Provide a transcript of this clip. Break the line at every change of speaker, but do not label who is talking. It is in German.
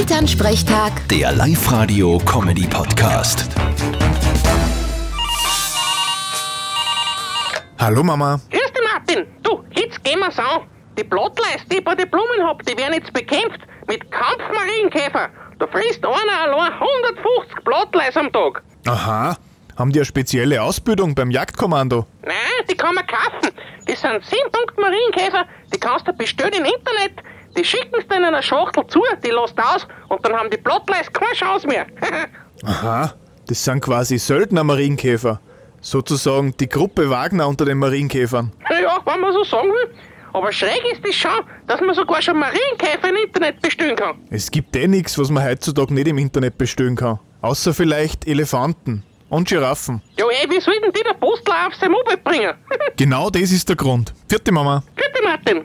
Elternsprechtag,
Der Live-Radio-Comedy-Podcast.
Hallo Mama.
Grüß dich, Martin. Du, jetzt gehen wir's an. Die Blattleiste, die ich bei den Blumen hab, die werden jetzt bekämpft mit Kampfmarienkäfer. Da frisst einer allein 150 Blattleis am Tag.
Aha. Haben die eine spezielle Ausbildung beim Jagdkommando?
Nein, die kann man kaufen. Das sind 10 Punkt Marienkäfer, die kannst du bestellen im Internet. Die schicken's dir in einer Schachtel zu, die lässt aus und dann haben die Blattleis keine Chance mehr.
Aha. Das sind quasi Söldner-Marienkäfer. Sozusagen die Gruppe Wagner unter den Marienkäfern.
naja, wenn man so sagen will. Aber schräg ist es schon, dass man sogar schon Marienkäfer im Internet bestellen kann.
Es gibt eh nichts, was man heutzutage nicht im Internet bestellen kann. Außer vielleicht Elefanten und Giraffen.
Ja, ey, wie soll denn die der Postler auf sein Mobile bringen?
Genau das ist der Grund. Vierte Mama.
Bitte, Martin.